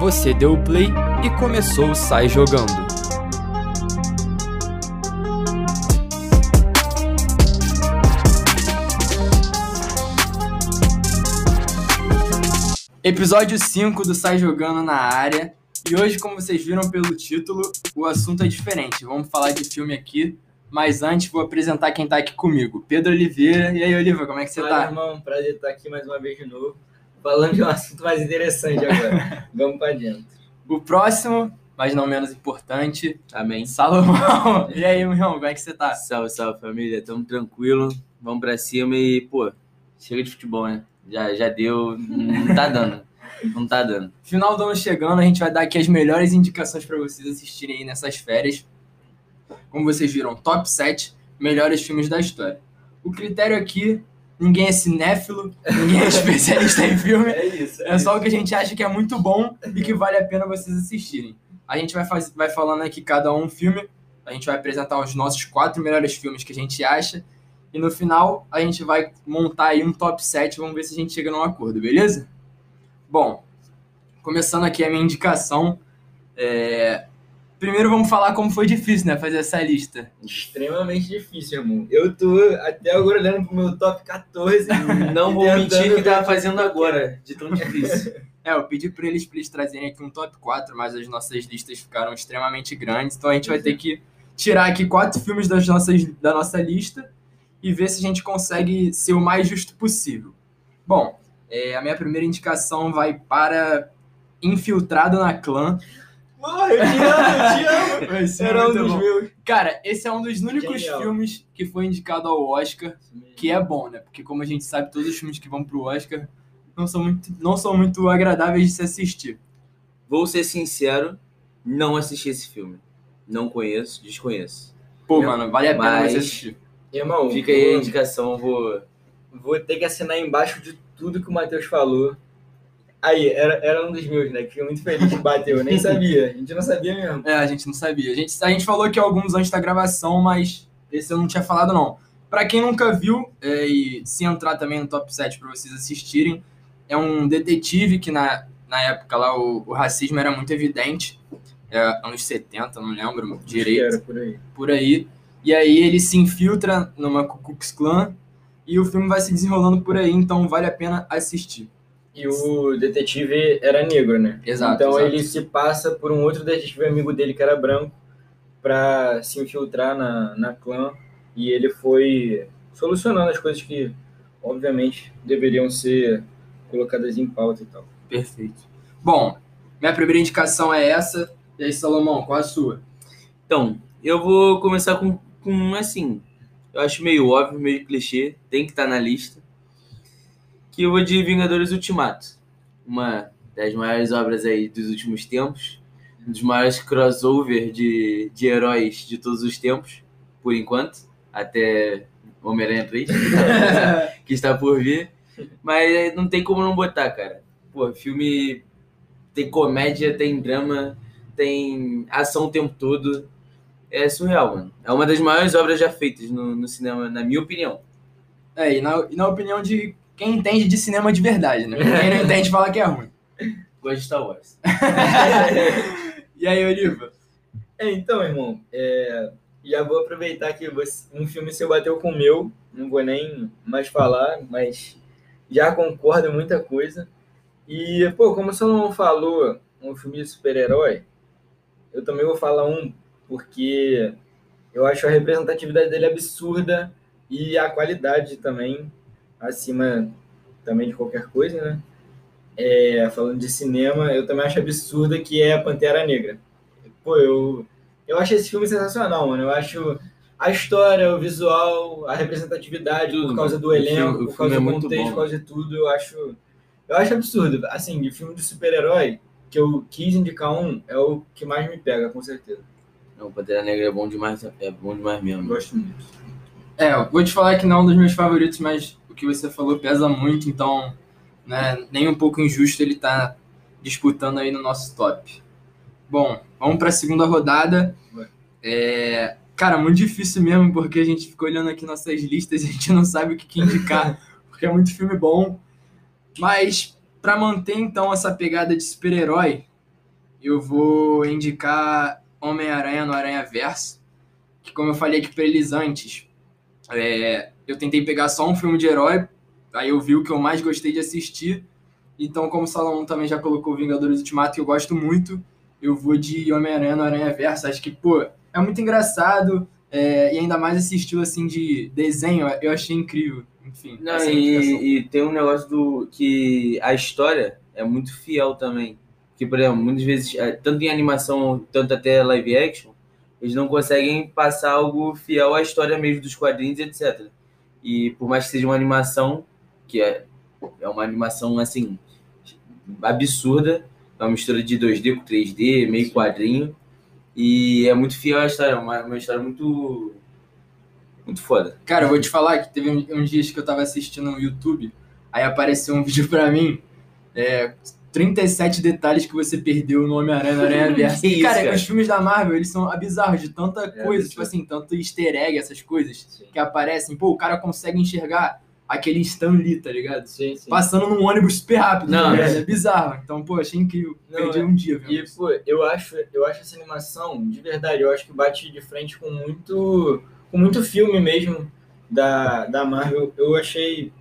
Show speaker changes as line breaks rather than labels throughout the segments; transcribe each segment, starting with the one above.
Você deu o play e começou o Sai Jogando. Episódio 5 do Sai Jogando na área. E hoje, como vocês viram pelo título, o assunto é diferente. Vamos falar de filme aqui, mas antes vou apresentar quem tá aqui comigo. Pedro Oliveira. E aí, Oliva, como é que você
Fala,
tá?
irmão. Prazer estar aqui mais uma vez de novo, falando de um assunto mais interessante agora. Vamos pra dentro.
O próximo, mas não menos importante,
Amém.
Salomão. E aí, meu irmão, como é que você tá?
Salve, salve família. Tamo tranquilo. Vamos pra cima e, pô, chega de futebol, né? Já, já deu. Não tá dando. Não tá dando.
Final do ano chegando, a gente vai dar aqui as melhores indicações para vocês assistirem aí nessas férias. Como vocês viram, top 7 melhores filmes da história. O critério aqui, ninguém é cinéfilo, ninguém é especialista em filme,
É isso.
é só o que a gente acha que é muito bom e que vale a pena vocês assistirem. A gente vai, faz- vai falando aqui cada um um filme, a gente vai apresentar os nossos quatro melhores filmes que a gente acha, e no final a gente vai montar aí um top 7, vamos ver se a gente chega num acordo, beleza? Bom, começando aqui a minha indicação, é, primeiro vamos falar como foi difícil, né, fazer essa lista.
É Extremamente difícil, irmão. Eu tô até agora olhando pro meu top 14.
Não vou
E
mentir
tentando
que tava
ver-
fazendo agora, de tão difícil.
É, eu pedi pra eles, pra eles trazerem aqui um top 4, mas as nossas listas ficaram extremamente grandes, então a gente vai ter que tirar aqui quatro filmes das nossas, da nossa lista e ver se a gente consegue ser o mais justo possível. Bom, é, a minha primeira indicação vai para Infiltrado na Clã.
Mano, eu te amo, eu te
é
amo. Era um dos meus.
Cara, esse é um dos únicos
Genial.
filmes que foi indicado ao Oscar, que é bom, né? Porque como a gente sabe, todos os filmes que vão pro Oscar não são muito, não são muito agradáveis de se assistir.
Vou ser sincero, não assisti esse filme. Não conheço, desconheço.
Pô,
Não,
mano, vale a pena
mas-
você assistir.
Irmão,
Fica aí a
vou-
indicação, eu vou.
Vou ter que assinar embaixo de tudo que o Matheus falou. Aí, era, era um dos meus, né? Que fiquei muito feliz que bateu. Nem sabia. A gente não sabia mesmo.
É, a gente não sabia. A gente, a gente falou que alguns antes da gravação, mas esse eu não tinha falado, não. Pra quem nunca viu, é, e se entrar também no top 7 pra vocês assistirem, é um detetive que na, na época lá o, o racismo era muito evidente. É, anos 70, não lembro direito
Era por aí.
por aí. E aí ele se infiltra numa Ku Klux Klan e o filme vai se desenrolando por aí, então vale a pena assistir.
E o detetive era negro, né?
Exato,
Então
exato.
ele se passa por um outro detetive amigo dele que era branco pra se infiltrar na, na clã e ele foi solucionando as coisas que, obviamente, deveriam ser colocadas em pauta e tal.
Perfeito. Bom, minha primeira indicação é essa. E aí, Salomão, qual a sua?
Então, eu vou começar com, com assim. Eu acho meio óbvio, meio clichê, tem que estar na lista. Que eu vou de Vingadores Ultimato. Uma das maiores obras aí dos últimos tempos. Um dos maiores crossover de, de heróis de todos os tempos, por enquanto. Até Homem-Aranha 3, que está por vir. Mas não tem como não botar, cara. Pô, filme tem comédia, tem drama, tem ação o tempo todo. É surreal, mano. É uma das maiores obras já feitas no, no cinema, na minha opinião.
É, e na, e na opinião de quem entende de cinema de verdade, né? Quem não entende fala que é ruim.
Gosto de Star Wars.
E aí, Oliva?
É, então, irmão, é, já vou aproveitar que você- um filme seu bateu com o meu, não vou nem mais falar, mas já concordo em muita coisa. E, pô, como o Solomon falou, um filme de super-herói, eu também vou falar um, porque eu acho a representatividade dele absurda e a qualidade também, acima também de qualquer coisa, né? É, falando de cinema, eu também acho absurda que é a Pantera Negra. Pô, eu, eu acho esse filme sensacional, mano. Eu acho a história, o visual, a representatividade
Tudo,
por causa
mano.
do
O
elenco,
filme- o
por causa
filme é
do
muito
contexto,
bom.
por causa de tudo, eu acho. Eu acho absurdo. Assim, de filme de super-herói, que eu quis indicar um, é o que mais me pega, com certeza.
Não, Pantera Negra é bom demais, é bom demais mesmo.
Eu gosto muito.
É, eu vou te falar que não é um dos meus favoritos, mas o que você falou pesa muito, então não é nem um pouco injusto ele tá disputando aí no nosso top. Bom, vamos pra segunda rodada.
Vai.
É, cara, muito difícil mesmo, porque a gente ficou olhando aqui nossas listas e a gente não sabe o que, que indicar, porque é muito filme bom. Mas, pra manter então essa pegada de super-herói, eu vou indicar Homem-Aranha no Aranha Verso, que como eu falei aqui pra eles antes, é, eu tentei pegar só um filme de herói, aí eu vi o que eu mais gostei de assistir. Então, como o Salomão também já colocou Vingadores Ultimato, que eu gosto muito, eu vou de Homem-Aranha no Aranha Verso. Acho que, pô, é muito engraçado. é, e ainda mais esse estilo assim de desenho, eu achei incrível. Enfim.
Não,
essa é a indicação.
e, e tem um negócio do que a história é muito fiel também. Que, por exemplo, muitas vezes, eh, tanto em animação, tanto até live action, eles não conseguem passar algo fiel à história mesmo dos quadrinhos, etc. E por mais que seja uma animação, que é, é uma animação assim, absurda, é uma mistura de 2D com 3D, meio quadrinho, e é muito fiel à história, é uma, uma história muito. muito foda.
Cara, eu vou te falar que teve um- uns dias que eu tava assistindo no YouTube, aí apareceu um vídeo pra mim, é, 37 detalhes que você perdeu no Homem-Aranha no Aranha Verso.
Que isso,
cara,
cara. É
os filmes da Marvel, eles são bizarros de tanta coisa,
absurdo.
tipo assim, tanto easter egg, essas coisas,
Sim.
que aparecem. Pô, o cara consegue enxergar aquele Stan Lee, tá ligado?
Sim, sim.
Passando num ônibus super rápido,
Não,
tá ligado?
é.
é. bizarro. Então, pô, achei incrível.
Não,
Perdi
é.
um dia, viu?
E, pô, eu acho, eu acho essa animação, de verdade, eu acho que bate de frente com muito, com muito filme mesmo da, da Marvel. Eu achei,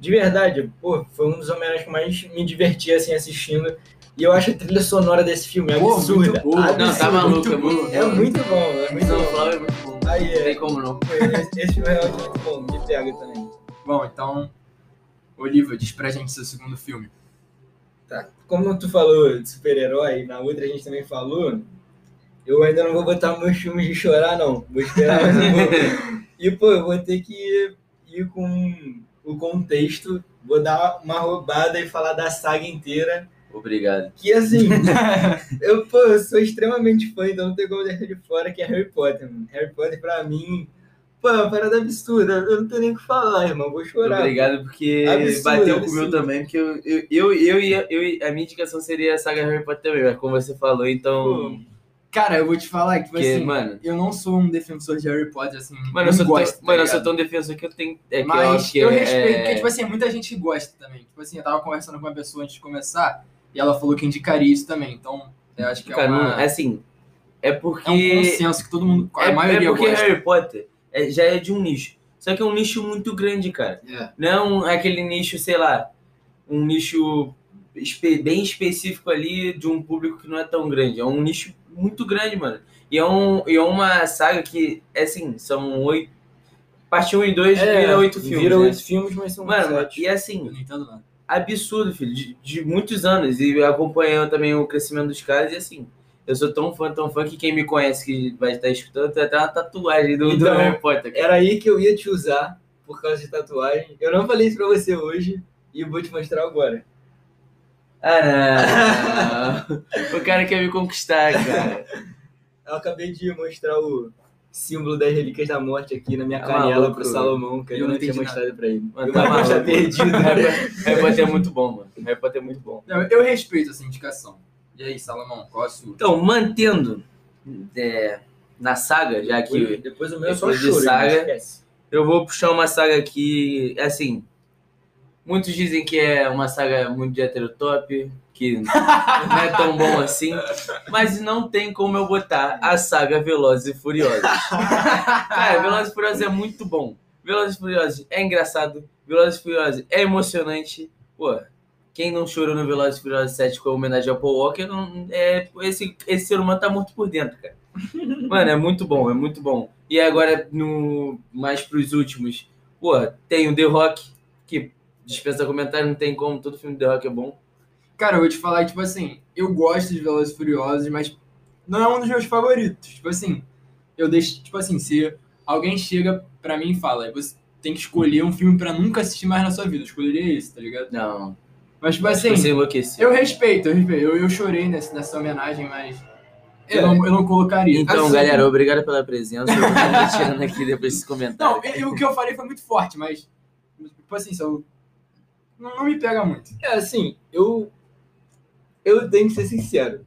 de verdade, pô, foi um dos Homem-Aranhas que mais me diverti, assim, assistindo. E eu acho a trilha sonora desse filme
Pô, muito
absurda.
boa.
absurda.
Não, tá maluco, é muito-
É muito bom, é muito
Não, o
bom.
Flower é muito bom.
Aí,
Não
é.
tem como não.
Esse- Esse filme é realmente muito bom, me pega também.
Bom, então, Oliva, diz pra gente seu segundo filme.
Tá. Como tu falou de super-herói, na outra a gente também falou, eu ainda não vou botar meus filmes de chorar, não. Vou esperar mais um pouco. E, pô, eu vou ter que ir com o contexto, vou dar uma roubada e falar da saga inteira.
Obrigado.
Que, assim, eu, pô, eu sou extremamente fã, então não tem como deixar de fora, que é Harry Potter, mano. Harry Potter, pra mim, pô, é uma parada absurda. Eu não tenho nem o que falar, irmão. Vou chorar.
Obrigado, porque
Absurdo,
bateu com o meu
absurdo.
também, porque eu, eu, eu, eu, ia- eu- a minha indicação seria a saga Harry Potter também, mas como você falou, então.
Cara, eu vou te falar que, tipo
Porque,
assim,
mano.
eu não sou um defensor de Harry Potter, assim.
Mano,
não
eu sou,
gosto,
tão,
tá
mano, eu
ligado?
sou tão defensor que eu tenho. É que eu
Mas
acho que
eu
é-
respeito, porque,
é,
tipo assim, muita gente gosta também. Tipo assim, eu tava conversando com uma pessoa antes de começar e ela falou que indicaria isso também. Então, eu acho que é,
cara,
uma-
não, assim. É porque.
é um consenso que todo mundo, a
é-
maioria
é porque
gosta.
Harry Potter é- já é de um nicho. Só que é um nicho muito grande, cara.
É.
Não aquele nicho, sei lá, um nicho espe- bem específico ali de um público que não é tão grande. É um nicho muito grande, mano. E é, um, e é uma saga que, é assim, são oito. Parte 1 e 2 vira oito filmes.
É, Vira
né?
oito filmes, mas são
Mano,
sete.
e
Eu
assim,
não entendo nada.
absurdo, filho, de, de muitos anos. E acompanhando também o crescimento dos caras, e assim. Eu sou tão fã, tão fã que quem me conhece que vai estar escutando tem até uma tatuagem do, do
Então,
Harry Potter. cara.
Era aí que eu ia te usar por causa de tatuagem. Eu não falei isso pra você hoje e vou te mostrar agora.
Ah, não. o cara quer me conquistar, cara.
Eu acabei de mostrar o símbolo das relíquias da morte aqui na minha
Tá
canela
maluco,
pro
velho.
Salomão, que
Eu
eu,
não
não tinha
entendi
mostrado pra ele.
Mano,
eu né?
tá
vou mostrar
maluco.
perdido.
Harry Potter é muito bom, mano. Harry Potter é muito bom.
Não, eu respeito essa indicação. E aí, Salomão, qual a sua?
Então, mantendo é, na saga, já que
Depois o meu é só
Depois de
choro,
saga.
não esquece.
eu vou puxar uma saga que, assim, muitos dizem que é uma saga muito de heterotop, que não é tão bom assim, mas não tem como eu botar a saga Velozes e Furiosos. Cara, Velozes e Furiosos é muito bom. Velozes e Furiosos é engraçado. Velozes e Furiosos é emocionante. Pô, quem não chorou no Velozes e Furiosos 7 com a homenagem ao Paul Walker, não, é, esse, esse ser humano tá morto por dentro, cara. Mano, é muito bom, é muito bom. E agora, no, mais pros últimos, pô, tem o The Rock, que dispensa comentário, não tem como, todo filme do The Rock é bom.
Cara, eu vou te falar que, tipo assim, eu gosto de Velozes e Furiosos, mas não é um dos meus favoritos. Tipo assim, eu deixo, tipo assim, se alguém chega pra mim e fala, você tem que escolher um filme pra nunca assistir mais na sua vida, eu escolheria esse, tá ligado?
Não,
Mas, tipo assim,
você enlouqueceu.
eu respeito, eu respeito. Eu, eu chorei nessa, nessa homenagem, mas eu,
É.
não, eu não colocaria.
Então,
Assim,
galera, obrigado pela presença. Eu vou ficar tirando aqui depois esse comentário.
Não, e- e o que eu falei foi muito forte, mas, tipo assim, se eu- não, não me pega muito.
É assim, eu. Eu tenho que ser sincero.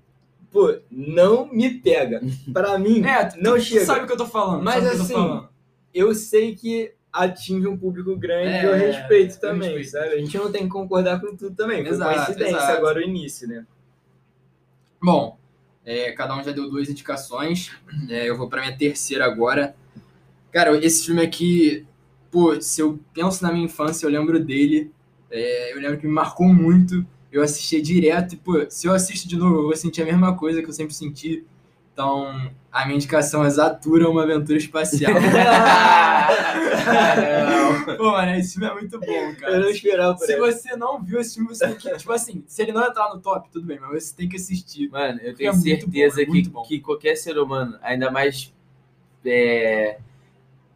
Pô, não me pega. Pra mim,
É, tu-
não
tu
chega.
sabe o que eu tô falando.
Mas
sabe o que eu tô
assim,
falando.
eu sei que atinge um público grande
É,
que eu respeito
eu
também,
respeito.
sabe? A gente não tem que concordar com tudo também. Foi
Exato,
coincidência
exato.
agora o início, né?
Bom, É, cada um já deu duas indicações. É, eu vou pra minha terceira agora. Cara, esse filme aqui, pô, se eu penso na minha infância, eu lembro dele. É, eu lembro que me marcou muito. Eu assisti direto e, pô, se eu assisto de novo, eu vou sentir a mesma coisa que eu sempre senti. Então, a minha indicação é Zatura, uma aventura espacial. Pô, mano, esse filme é muito bom,
Eu não
cara.
esperava por
Se
ele.
você não viu esse filme, você tem que. Tipo assim, se ele não entrar no top, tudo bem, mas você tem que assistir.
Mano, eu tenho
É muito bom,
certeza
é muito bom.
que, que qualquer ser humano, ainda mais. é,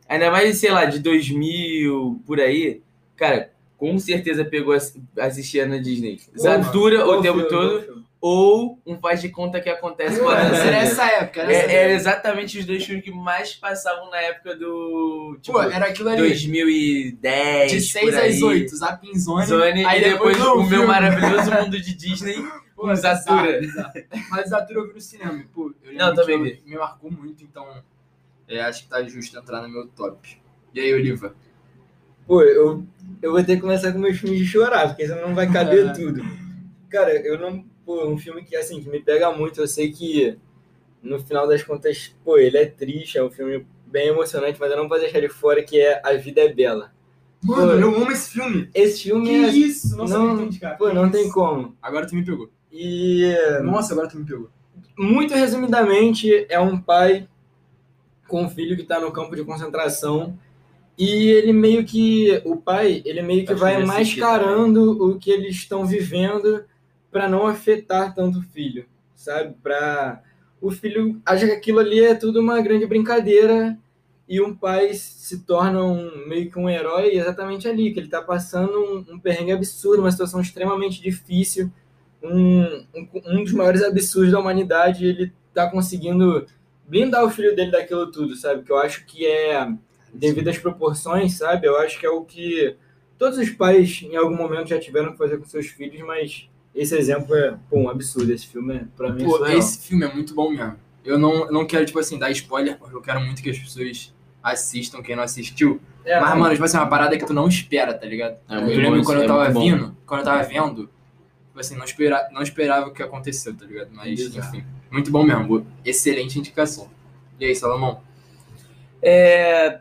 ainda mais, sei lá, de 2000 por aí, cara, com certeza pegou ass- assistir na Disney. Zatura
Qual
o tempo
filme?
todo,
Qual filme?
ou um faz de conta que acontece com a
Mano,
dança.
era essa época, era essa
É, era
época.
exatamente os dois filmes que mais passavam na época do. Tipo,
Pô, era aquilo ali.
2010.
De 6
por aí.
às 8, Zapin Zone.
Zone,
aí
e depois
depois
o
um
meu
filme.
maravilhoso mundo de Disney.
Pô,
com Zatura.
exato, exato. Mas Zatura eu vi no cinema. e, Pô, eu lembro
Não, eu também
que eu- me marcou muito, então é, acho que tá justo entrar no meu top. E aí, Oliva?
Pô, eu, eu vou ter que começar com meus filmes de chorar, porque senão não vai caber
É.
tudo. Cara, eu não. Pô, é um filme que, assim, que me pega muito. Eu sei que, no final das contas, pô, ele é triste, é um filme bem emocionante, mas eu não posso deixar ele fora, que é A Vida é Bela.
Mano,
Mano,
eu amo esse filme.
Esse filme é.
isso?
Nossa, não tem
cara.
Pô, não tem como.
Agora tu me pegou.
E.
Nossa, agora tu me pegou.
muito resumidamente, é um pai com um filho que tá no campo de concentração e ele meio que o pai, ele meio que
Acho
vai
que eu já assisti
mascarando o que eles estão vivendo para não afetar tanto o filho, sabe? Para o filho acha que aquilo ali é tudo uma grande brincadeira e um pai se torna um, meio que um herói exatamente ali, que ele tá passando um, um perrengue absurdo, uma situação extremamente difícil, um, um, um dos maiores absurdos da humanidade, e ele tá conseguindo blindar o filho dele daquilo tudo, sabe? Que eu acho que é devido às proporções, sabe? Eu acho que é o que todos os pais em algum momento já tiveram que fazer com seus filhos, mas esse exemplo é, pô, um absurdo. Esse filme, é, pra mim, é
Pô,
surreal.
esse filme é muito bom mesmo. Eu não, não quero, tipo assim, dar spoiler, porque eu quero muito que as pessoas assistam, quem não assistiu.
É,
Mas, mano, tipo assim, é uma parada que tu não espera, tá ligado?
É muito
eu lembro
bom,
quando eu
é
tava
muito bom.
vindo, quando eu tava vendo, tipo assim, não, espera, não esperava o que aconteceu, tá ligado? Mas,
Exato.
enfim, muito bom mesmo. boa- Excelente indicação. E aí, Salomão?
É,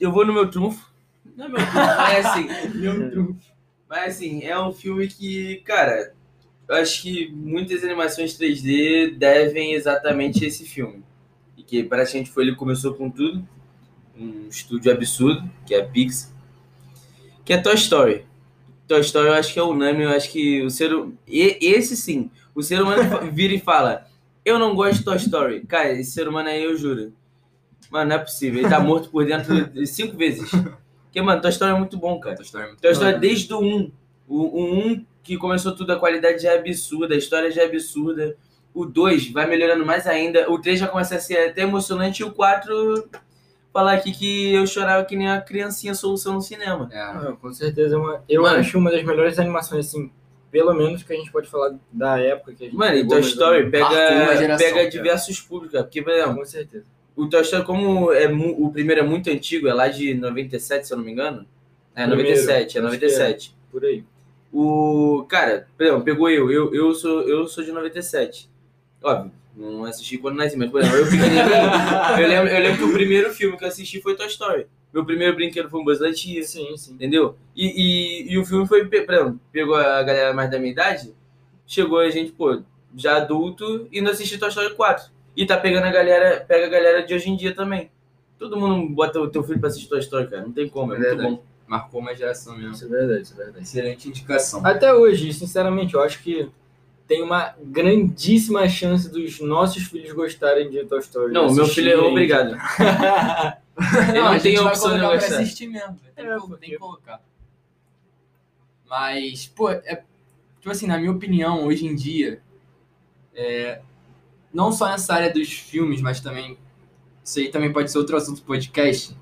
eu vou no meu trunfo. Não é meu trunfo, mas assim.
Meu Deus.
Mas assim, é um filme que, cara, eu acho que muitas animações 3D devem exatamente esse filme. E que praticamente foi ele que começou com tudo. Um estúdio absurdo, que é a Pixar. Que é Toy Story. Toy Story eu acho que é unânime, eu acho que o ser hu- e Esse sim, o ser humano fa- vira e fala, eu não gosto de Toy Story. Cara, esse ser humano aí eu juro. Mano, não é possível, ele tá morto por dentro de- cinco vezes. Porque, mano, Toy Story é muito bom, cara.
Tua história é muito
Então a
boa,
história
né?
desde o 1. O, o 1 que começou tudo, a qualidade já é absurda, a história já é absurda. O 2 vai melhorando mais ainda. O 3 já começa a ser até emocionante. E o 4, falar aqui que eu chorava que nem uma criancinha solução no cinema.
É.
Ah, com certeza. é Uma... Eu
Mano.
acho uma das melhores animações, assim, pelo menos que a gente pode falar da época que a gente
Mano, e
pegou,
Toy
mais ou menos.
Story
Marcou uma
pega,
geração, cara.
pega diversos públicos. cara. Porque, por exemplo,
Com certeza.
o Toy Story, como é, mu- o primeiro é muito antigo, é lá de 97, se eu não me engano. É,
Primeiro,
97, é
acho que é.
97.
Por aí.
O. Cara, perdão, pegou eu. Eu, eu, sou, eu sou de 97. Óbvio, não assisti quando nasci, mas, por exemplo, eu pequenininho. eu, lembro, eu lembro que o primeiro filme que eu assisti foi Toy Story. Meu primeiro brinquedo foi um Buzz Lightyear,
Sim, sim.
entendeu? E, e, e o filme foi. pe- Por exemplo, pegou a galera mais da minha idade, chegou a gente, pô, já adulto, e não assistiu Toy Story 4. E tá pegando a galera, pega a galera de hoje em dia também. Todo mundo bota o teu filho pra assistir Toy Story, cara. Não tem como, é,
É
muito
verdade.
bom.
Marcou uma geração mesmo.
Isso é verdade, isso é verdade.
Excelente indicação.
Até hoje, sinceramente, eu acho que tem uma grandíssima chance dos nossos filhos gostarem de Toy Story.
Não, meu filho é
assistirem.
obrigado. Ele
a
não
gente
tem
vai
opção de não
colocar pra
gostar.
assistir mesmo. velho. Tem,
É,
que, colo- tem
porque-
que colocar. Mas, pô, é, tipo assim, na minha opinião, hoje em dia, é, não só nessa área dos filmes, mas também, isso aí também pode ser outro assunto do podcast,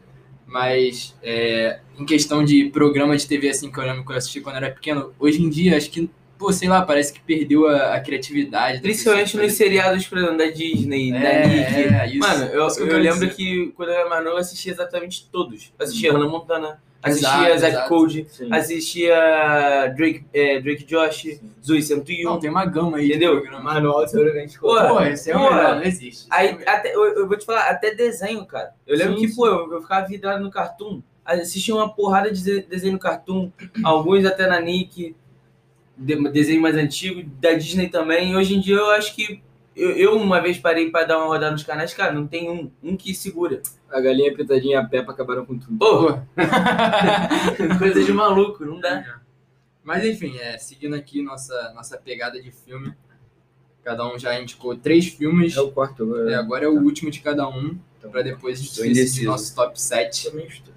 mas é, em questão de programa de TV, assim, que eu lembro que eu assisti quando eu era pequeno, hoje em dia, acho que, pô, sei lá, parece que perdeu a, a criatividade. das
É Principalmente
pessoas
nos seriados por exemplo, da Disney,
fazerem-
da Nick.
É, é, isso.
Mano, eu,
Isso que
eu
quero
lembro
dizer. Uhum.
que quando eu era mais novo eu assistia exatamente todos. Eu Assistia Hannah Montana, assistia
Exato,
Zack
exato.
Code,
Sim.
assistia Drake, é, Drake Josh, Zoe 101.
Não, tem uma gama aí
Entendeu?
de programa.
Manual de sobrevivente escolar.
Pô, esse é o
Pô,
melhor, não existe.
Aí, até, eu, eu vou te falar, até desenho, cara. Eu lembro
Sim,
que,
sim.
pô, eu, eu ficava vidrado no Cartoon, assistia uma porrada de de- desenho no Cartoon, alguns até na Nick, de- desenho mais antigo, da Disney também. E hoje em dia eu acho que. Eu, eu uma vez parei pra dar uma rodada nos canais, cara, não tem um, um que segura.
A galinha pintadinha e a Peppa acabaram com tudo.
Pô, coisa de maluco, não dá.
Tá Mas enfim, é, seguindo aqui nossa, nossa pegada de filme. Cada um já indicou três filmes.
É o quarto agora.
É, agora é o último de cada um,
Então,
pra depois a gente
Tô
decidir
indeciso.
nosso top 7.
também estou.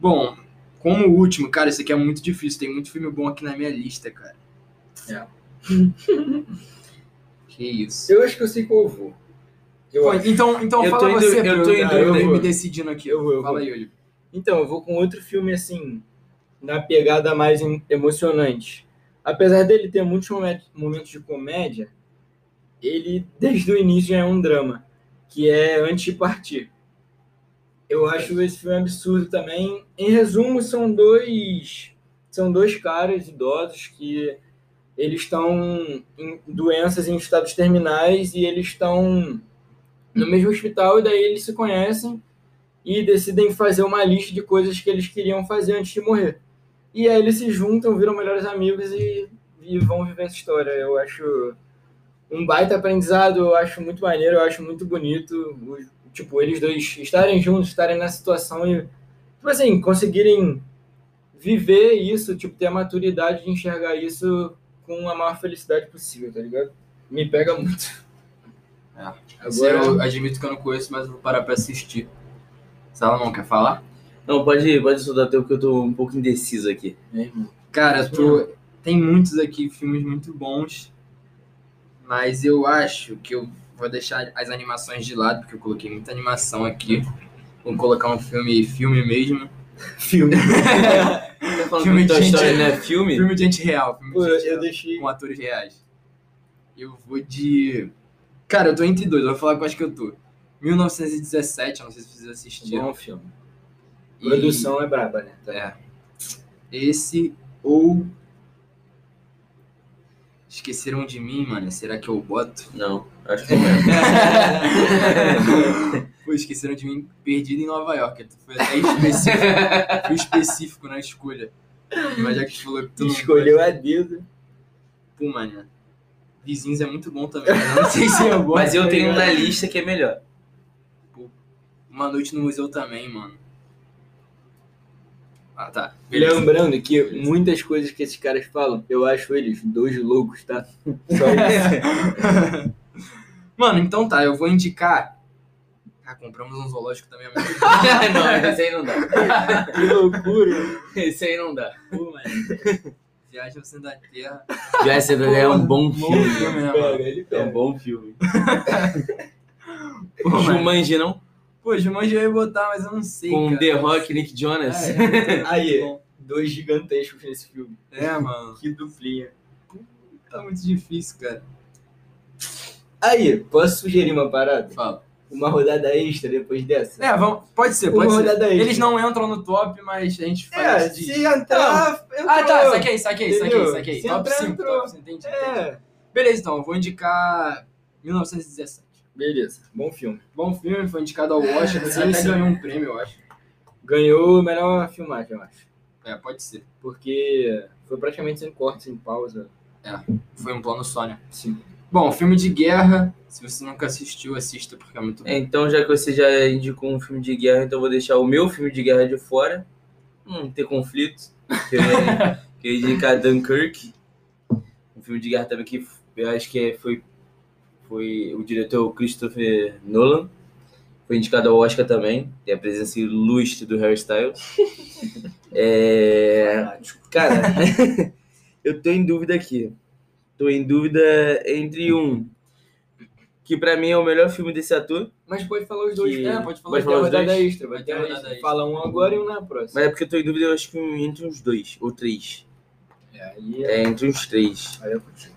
Bom, como o último, cara, isso aqui é muito difícil. Tem muito filme bom aqui na minha lista, cara.
É.
que isso.
Eu acho que eu sei qual eu vou. Eu
Pô,
acho.
então então
Eu tô
fala
em
você,
dú- eu
Bruno,
tô em
cara,
dúvida.
me decidindo aqui.
Eu vou, eu
fala
vou.
aí, Yuri.
Então, eu vou com outro filme, assim, na pegada mais em- emocionante. Apesar dele ter muitos momen- momentos de comédia, ele, desde o início, já é um drama, que é Antes de Partir. Eu acho esse filme absurdo também. Em resumo, são dois, são dois caras idosos que eles estão em doenças em estados terminais e eles estão no mesmo hospital e daí eles se conhecem e decidem fazer uma lista de coisas que eles queriam fazer antes de morrer. E aí eles se juntam, viram melhores amigos e, e vão viver essa história. Eu acho um baita aprendizado, eu acho muito maneiro, eu acho muito bonito. o- tipo, eles dois estarem juntos, estarem na situação e, tipo assim, conseguirem viver isso, tipo, ter a maturidade de enxergar isso com a maior felicidade possível, tá ligado? Me pega muito.
É. Esse
Agora,
eu admito que eu não conheço, mas eu vou parar pra assistir. Salomão, quer falar?
Não, pode, pode soltar teu, que eu tô um pouco indeciso aqui.
É, irmão.
Cara, tu... tem muitos aqui filmes muito bons, mas eu acho que eu vou deixar as animações de lado, porque eu coloquei muita animação aqui. Vou colocar um filme, filme mesmo.
filme.
Tá falando
Filme
filme da
de gente-
história, né? Filme?
Filme de gente real, filme
Pô,
de gente é
eu
real,
deixei
com atores reais. Eu vou de. Cara, eu tô entre dois, eu vou falar quais que eu tô. 1917, eu não sei se vocês assistiram.
Bom filme.
E
Produção é braba, né?
É. Esse ou. Esqueceram de mim, mano. Será que eu boto?
Não, acho que não é.
Pô, esqueceram de mim perdido em Nova York. Tu foi até específico, fui específico na escolha. Mas já que tu falou que tu não
Escolheu a dedo.
gosta- Pô, mano. Vizinhos é muito bom também. mas eu não sei se eu gosto.
Mas eu
tá
tenho um
ligado?
na lista que é melhor.
Uma noite no museu também, mano. Ah, tá.
é
Beleza.
Lembrando que muitas coisas que esses caras falam, eu acho eles dois loucos, tá? Só isso.
Mano, então tá. Eu vou indicar. Ah, compramos um zoológico também. Amigo.
não, esse aí não dá.
É
que loucura.
Esse aí não dá.
Pô, mano. Viagem ao Centro da Terra.
Já esse daí é um bom
Bom
filme.
filme, né,
Pega,
mano?
ele
É um
pega.
bom filme.
Pô, mano.
Jumanji, não?
Pô, Jumanji eu ia botar, mas eu não sei,
Com um
cara.
The Rock, Nick Jonas.
É, é.
Aí, dois gigantescos nesse filme.
É, mano.
Que duplinha.
Tá muito difícil, cara.
Aí, posso sugerir uma parada?
Fala.
Uma rodada extra depois dessa?
É, vamos... pode ser,
uma
pode ser.
rodada extra.
Eles não entram no top, mas a gente faz
É,
isso de...
se entrar, entrou.
Ah, tá, saquei, saquei, saquei,
Entendeu?
saquei.
Se
Top
entrar,
5,
entrou.
top 5, entendi, entendi.
É.
Beleza, então, eu vou indicar 1917.
Beleza, bom filme.
Bom filme, foi indicado ao Oscar,
Sim,
até
sim.
ganhou um prêmio, eu acho.
Ganhou o melhor filmagem, eu acho.
É, pode ser.
Porque foi praticamente sem corte, sem pausa.
Foi um plano só, né?
Sim.
Bom, filme de guerra, se você nunca assistiu, assista, porque é muito bom.
É, Então, já que você já indicou um filme de guerra, então eu vou deixar o meu filme de guerra de fora. Hum, ter conflito. Que eu ia, que eu ia indicar Dunkirk. Um filme de guerra também que f- eu acho que é- foi, foi o diretor Christopher Nolan. Foi indicado ao Oscar também. Tem a presença ilustre do Harry Styles. É, cara, eu tô em dúvida aqui. Tô em dúvida entre um que pra mim é o melhor filme desse ator,
Mas pode falar os dois.
dois.
É,
É,
pode
pode falar
vai ter
Vai falar os
rodada
dois?
extra, vai ter rodada extra. Fala um agora e um na próxima.
Mas é porque eu tô em dúvida, eu acho que entre uns dois ou três.
É, aí é...
É, entre uns três.
Aí é contigo.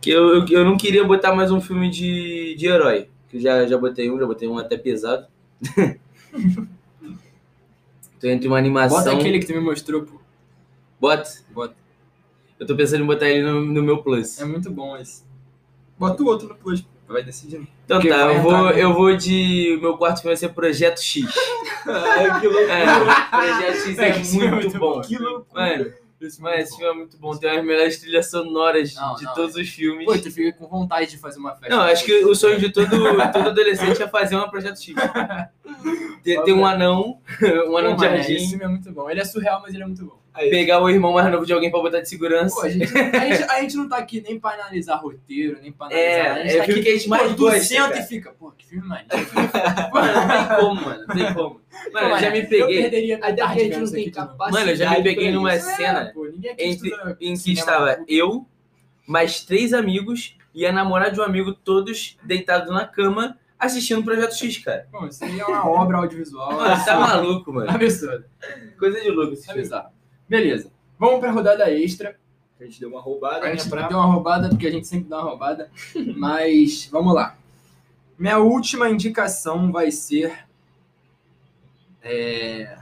Que eu, eu, eu não queria botar mais um filme de, de herói. Que eu já, já botei um, já botei um até pesado. Tô entre uma animação.
Bota aquele que tu me mostrou, pô.
Bota.
Bota.
Eu tô pensando em botar ele no, no meu plus.
É muito bom esse. Bota o outro no plus, pô. vai decidir.
Então
Porque
tá,
vai
eu vou,
entrar, né?
eu vou de. Meu quarto filme vai ser Projeto X.
Ai, que loucura.
É, Projeto X é,
É, esse filme é
muito,
muito
bom.
bom.
Que loucura.
Mano,
Esse
mano, esse filme é muito bom. Tem as melhores trilhas sonoras
Não,
de
não, é-
todos os filmes.
Pô, tu fica com vontade de fazer uma festa.
Não, acho que o sonho de todo, todo adolescente é fazer uma Projeto X. Ter, ter um anão, um
Pô,
anão de
mané, Esse
jardim,
filme é muito bom. Ele é surreal, mas ele é muito bom.
Aí,
pegar o irmão mais novo de alguém pra botar de
Pô, a
segurança.
gente, a, gente, a gente não tá aqui nem pra analisar roteiro, nem pra analisar
É,
nada. A gente
é
tá
filme
aqui,
que a gente
pô,
mais
tu
gosta,
senta
cara.
e fica, pô, que filme maneiro.
Mano, não tem como, mano. Não tem como. Mano, eu já me
tipo, Eu
peguei.
perderia
Até
tarde
porque a gente
vendo
não
isso
tem
aqui de novo.
capacidade.
Mano, eu já me peguei
pra
numa
isso.
cena
É, pô, ninguém aqui
entre-
estuda
em que
cinema.
estava eu, mais três amigos e a namorada de um amigo, todos deitados na cama, assistindo o Projeto X, cara.
Bom, isso aí é uma obra audiovisual.
Mano, tá maluco, mano.
Absurdo.
Coisa de louco esse
É
filme.
bizarro. Beleza. Vamos pra rodada extra.
A gente deu uma roubada,
A
né?
gente
Pra...
deu uma roubada, porque a gente sempre dá uma roubada. Mas vamos lá. Minha última indicação vai ser. é,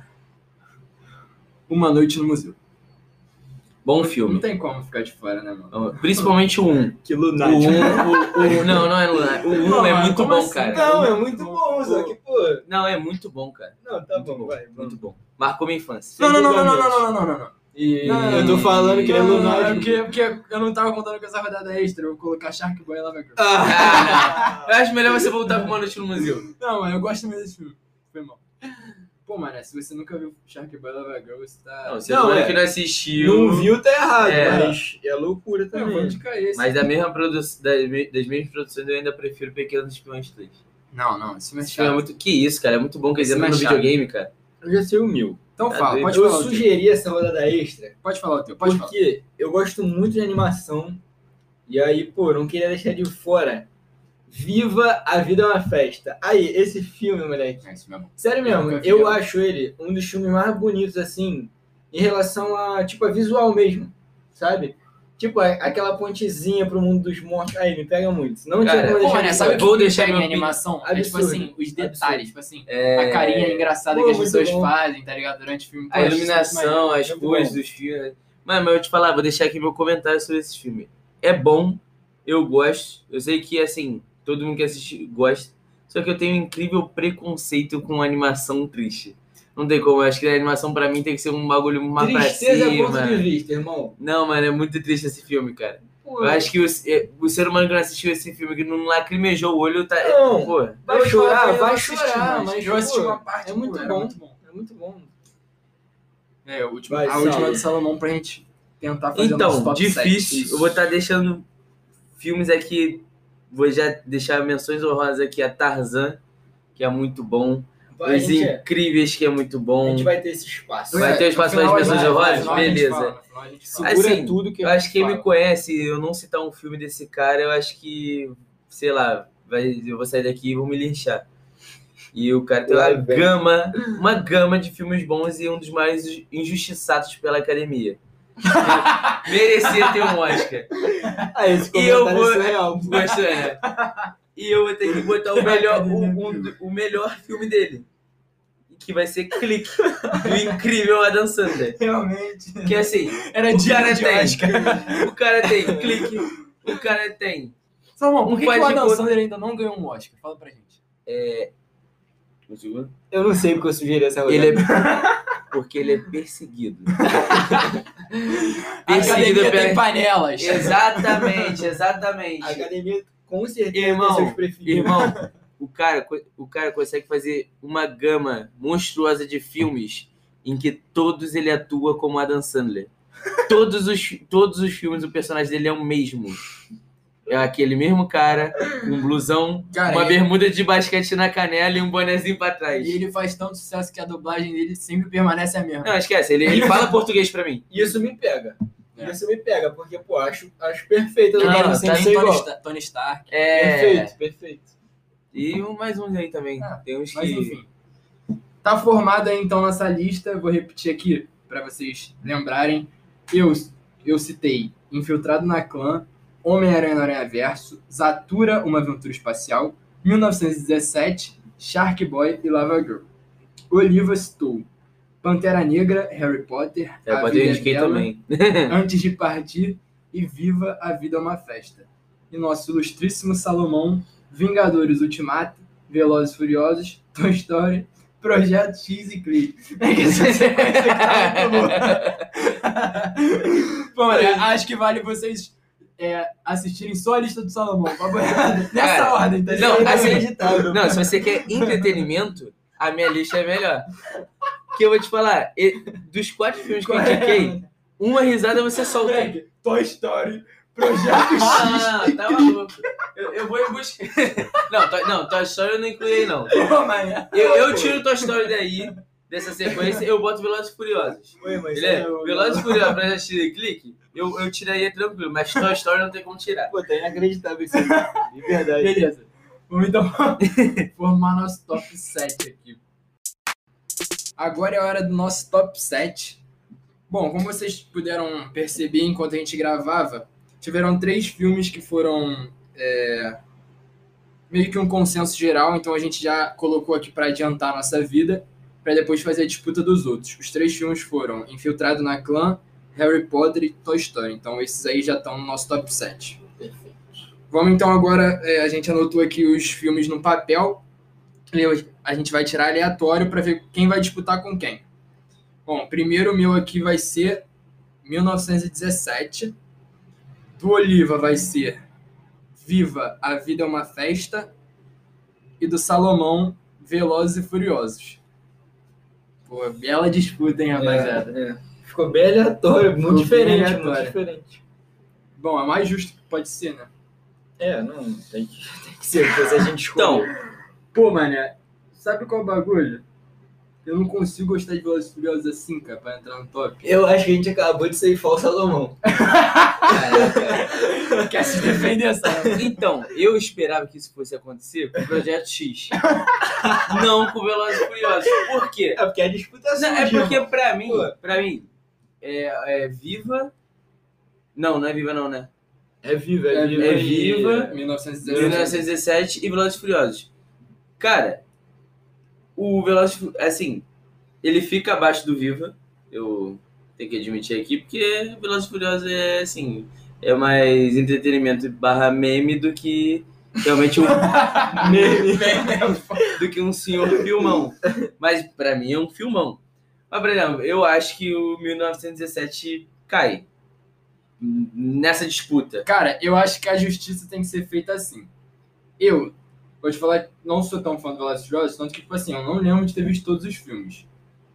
Uma noite no museu.
Bom
Não
filme.
tem como ficar de fora, né, mano?
Principalmente o 1.
Que Tipo,
O
lunático.
1, o, o, não, não é Lunar. O
Não,
1 é
tipo- mano,
muito
como
bom,
assim?
cara.
Não, é muito bom, só que, pô.
Não, é muito bom, cara.
Não, tá
muito
bom, vai. vamos.
Muito bom. Marcou minha infância.
é
Não, não, não, não, não, não, não, não, não, não. E-
Não, eu tô falando que ele é
Não, não, não,
lunático.
é Porque, porque eu não tava contando com essa rodada extra, eu vou colocar Shark Boy e Lava Girl.
Eu acho melhor você voltar pra uma noite no museu.
Não, mano, eu gosto mesmo desse filme. Foi mal. Pô, mano, se você nunca viu Shark Boy e Lava Girl, você tá.
Não, você
Não,
não,
é.
que não assistiu.
Não viu, tá errado,
É.
mas é loucura
Eu vou
também.
indicar esse.
Mas da mesma produ das, me- das mesmas produções eu ainda prefiro Pequenos Espiões 3.
Não, não, esse filme é
Esse filme é
chato.
muito. Que isso, cara? É muito bom que eles
Esse
entram no
filme é chato.
videogame, cara.
Eu já sei o meu.
Então
Tá
fala,
doido.
pode
Eu
falar, o teu.
sugeri essa rodada extra
pode falar o teu, pode falar.
porque eu gosto muito de animação. E aí, pô, não queria deixar de fora. Viva a Vida é uma Festa. Aí, esse filme, moleque.
É, esse filme é bom.
Sério mesmo,
Nunca vi,
eu
eu.
acho ele um dos filmes mais bonitos, assim, em relação a, tipo, a visual mesmo, sabe? Tipo, a- aquela pontezinha pro mundo dos mortos. Aí, me pega muito. Não
Cara,
tinha como
Pô,
deixar
né,
de
sabe
fora.
o
Vou
que
deixar
deixar em
minha
animação? É tipo
Absurdo.
assim, os detalhes,
Absurdo.
tipo assim,
É...
a carinha engraçada
Pô,
que as
muito
pessoas
bom.
fazem, tá ligado? Durante o filme. Pô,
A
acho isso muito
iluminação, as
muito
cores
é bom.
dos filmes. Mano, mas eu te falar, vou deixar aqui meu comentário sobre esse filme. É bom, eu gosto. Eu sei que, assim, todo mundo que assiste gosta. Só que eu tenho um incrível preconceito com animação triste. Não tem como, eu acho que a animação pra mim tem que ser um bagulho mais pra
Tristeza é ponto de
cima.
vista, irmão.
Não, mano, é muito triste esse filme, cara.
Pô,
Eu acho que o, é, o ser humano que não assistiu esse filme, que não lacrimejou o olho, tá. é-
Não.
Pô,
vai
Eu
chorar,
falo pra ele,
vai
eu assisti
chorar,
mais.
mas
eu assisti
pô,
uma parte,
é
pô,
muito
era
bom.
muito bom.
É muito bom.
É, a última,
Vai,
a última
Saulo.
do Salomão pra gente tentar fazer o nosso
Então,
top
difícil.
set.
Eu vou estar deixando filmes aqui. Vou já deixar menções honrosas aqui a Tarzan, que é muito bom.
Vai, a,
Os
gente,
Incríveis, que é muito
a
bom.
gente vai ter esse espaço.
Vai
É,
ter
no
espaço
final
para as
a gente
pessoas
vai,
errosas?
no final a gente
Beleza.
fala, no final a gente fala.
Ai,
Segura
assim,
tudo que
Eu acho que quem
falo.
me conhece, eu não citar um filme desse cara, eu acho que, sei lá, vai, eu vou sair daqui e vou me linchar. E o cara tem uma
Lá vem.
gama, uma gama de filmes bons e um dos mais injustiçados pela academia. Merecia ter um Oscar.
Ah, esse
E eu
comentário
vou-
é surreal.
Gostou, né? E eu vou ter que botar o melhor, o, um- o melhor filme dele. Que vai ser Clique, do incrível Adam Sandler.
Realmente.
Que é assim,
Era
o
dia
cara
de
tem.
Oscar.
o cara tem Clique, o cara tem...
Salomão, por
Um
que, que o
quadro
Adam
enquanto-
Sandler ainda não ganhou um Oscar? Fala pra gente.
Eu não sei porque eu sugeri essa rodada.
é, Ele é... Porque ele é perseguido.
A academia
perseguido
tem
pela...
panelas.
Exatamente,
A
exatamente.
academia com certeza
Irmão,
tem seus preferidos.
Irmão, o cara, co- o cara consegue fazer uma gama monstruosa de filmes em que todos ele atua como Adam Sandler. Todos os, todos os filmes o personagem dele é o mesmo. É aquele mesmo cara, um blusão,
Cara,
uma
ele-
bermuda de basquete na canela e um bonezinho pra trás.
E ele faz tanto sucesso que a dublagem dele sempre permanece a mesma.
Não, esquece, ele, ele fala português pra mim.
Isso me pega.
É.
Isso me pega, porque, pô, acho, acho perfeito. Eu
Não,
não, quero
tá
ser
Tony,
igual.
Sta- Tony Stark.
É.
Perfeito, perfeito.
E um- mais uns aí também.
Ah,
Tem uns
Mas
que.
enfim. Tá formada aí, então nossa lista. Eu Vou repetir aqui pra vocês lembrarem. Eu, eu citei Infiltrado na Clã, Homem-Aranha no Aranha Verso, Zatura, Uma Aventura Espacial, 1917, Shark Boy e Lava Girl. Oliva citou Pantera Negra, Harry Potter,
É,
A
pode
Vida é
indiquei
Bela,
também.
Antes de Partir e Viva a Vida é uma Festa. E nosso ilustríssimo Salomão, Vingadores Ultimato, Velozes e Furiosos, Toy Story, Projeto X e Clique. É que essa sequência que tá muito boa. Bom, né, acho que vale vocês é, assistirem só a lista do Salomão, papo reto. Nessa
Cara,
ordem, tá
não,
ligado?
assim,
inacreditável.
Não, se você quer entretenimento, a minha lista é melhor. Que eu vou te falar, e- dos quatro filmes que eu indiquei, uma risada você solta.
Greg, Toy Story, Projeto X.
Ah, tá maluco. Eu, eu vou em busca. Não, to, não, Toy Story eu não incluí, não.
Pô, mané.
Eu, eu tiro Toy Story daí, dessa sequência, eu boto Velozes e Furiosos.
Ué, mas
Ele é,
eu-
Velozes e Furiosos, pra assistir clique, eu, eu tiraria tranquilo, mas Toy Story não tem como tirar.
pô, tá inacreditável isso aí. De verdade.
Beleza. Vamos então formar nosso top 7 aqui. Agora é a hora do nosso top 7. Bom, como vocês puderam perceber enquanto a gente gravava, tiveram três filmes que foram é, meio que um consenso geral, então a gente já colocou aqui para adiantar a nossa vida, para depois fazer a disputa dos outros. Os três filmes foram Infiltrado na Clã, Harry Potter e Toy Story, então esses aí já estão no nosso top 7. Vamos então agora, é, a gente anotou aqui os filmes no papel. E eu- a gente vai tirar aleatório para ver quem vai disputar com quem. Bom, primeiro o meu aqui vai ser 1917. Do Oliva vai ser Viva, a vida é uma festa. E do Salomão, Velozes e Furiosos. Pô, bela disputa, hein, rapaziada?
É, é. Ficou bem aleatório, muito
Ficou bem
diferente,
aleatório.
muito diferente.
Bom, é mais justo que pode ser, né?
É, não, tem que, tem que ser, depois a gente
Então,
escolhe.
Pô, mané, sabe qual é o bagulho? Eu não consigo gostar de Velozes e Furiosos assim, cara, pra entrar no top.
eu acho que a gente acabou de ser falso Salomão. É,
caraca.
Quer se defender, sabe?
Então, eu esperava que isso fosse acontecer com o Projeto X. Não com Velozes e Furiosos. Por quê?
É porque a disputa é
Não, é
suja,
porque pra mim,
Pô.
pra mim, é, é viva. Não, não é viva não, né?
É viva, é
É
viva.
Viva,
É
É
Viva,
1917.
1917 e Velozes e Furiosos. Cara, o Velozes e Fu- assim, ele fica abaixo do Viva. Eu tenho que admitir aqui, porque Velozes e Furiosos é assim, é mais entretenimento barra meme do que realmente um meme. do que um senhor filmão. Mas pra mim é um filmão. Mas, por exemplo, eu acho que o 1917 cai n- nessa disputa.
Cara, eu acho que a justiça tem que ser feita assim. Eu, vou te falar, que não sou tão fã do Velozes e Furiosos, tanto que, tipo assim, eu não lembro de ter visto todos os filmes.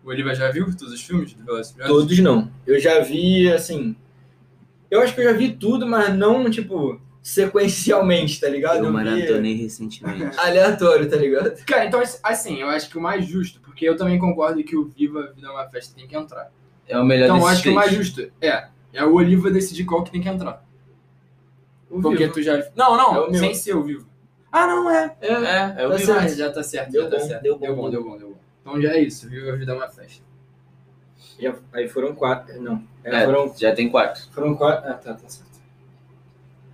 O Oliva já viu todos os filmes do Velozes e Furiosos?
Todos não. Eu já vi, assim. Eu acho que eu já vi tudo, mas não, tipo, sequencialmente, tá ligado?
Eu
vi
maratonei recentemente.
aleatório, tá ligado?
Cara, então, assim, eu acho que o mais justo, porque eu também concordo que o Viva, a Vida é uma Festa tem que entrar.
É o melhor
Então, eu
desses
acho que o
três.
mais justo é, é o Oliva decidir qual que tem que entrar.
O
Porque
vivo.
tu já. Não,
É o
não,
meu.
sem ser o vivo. Ah, não, é.
É,
É, é o
Tá
Viva.
certo.
Ah, já tá certo,
Deu
já tá
bom,
certo.
deu bom,
deu bom, deu bom, deu bom. Então já é isso, viu? Ajudar uma festa.
já- aí foram quatro. Não. É,
É,
Foram,
já tem quatro.
foram quatro. Ah, tá, tá certo.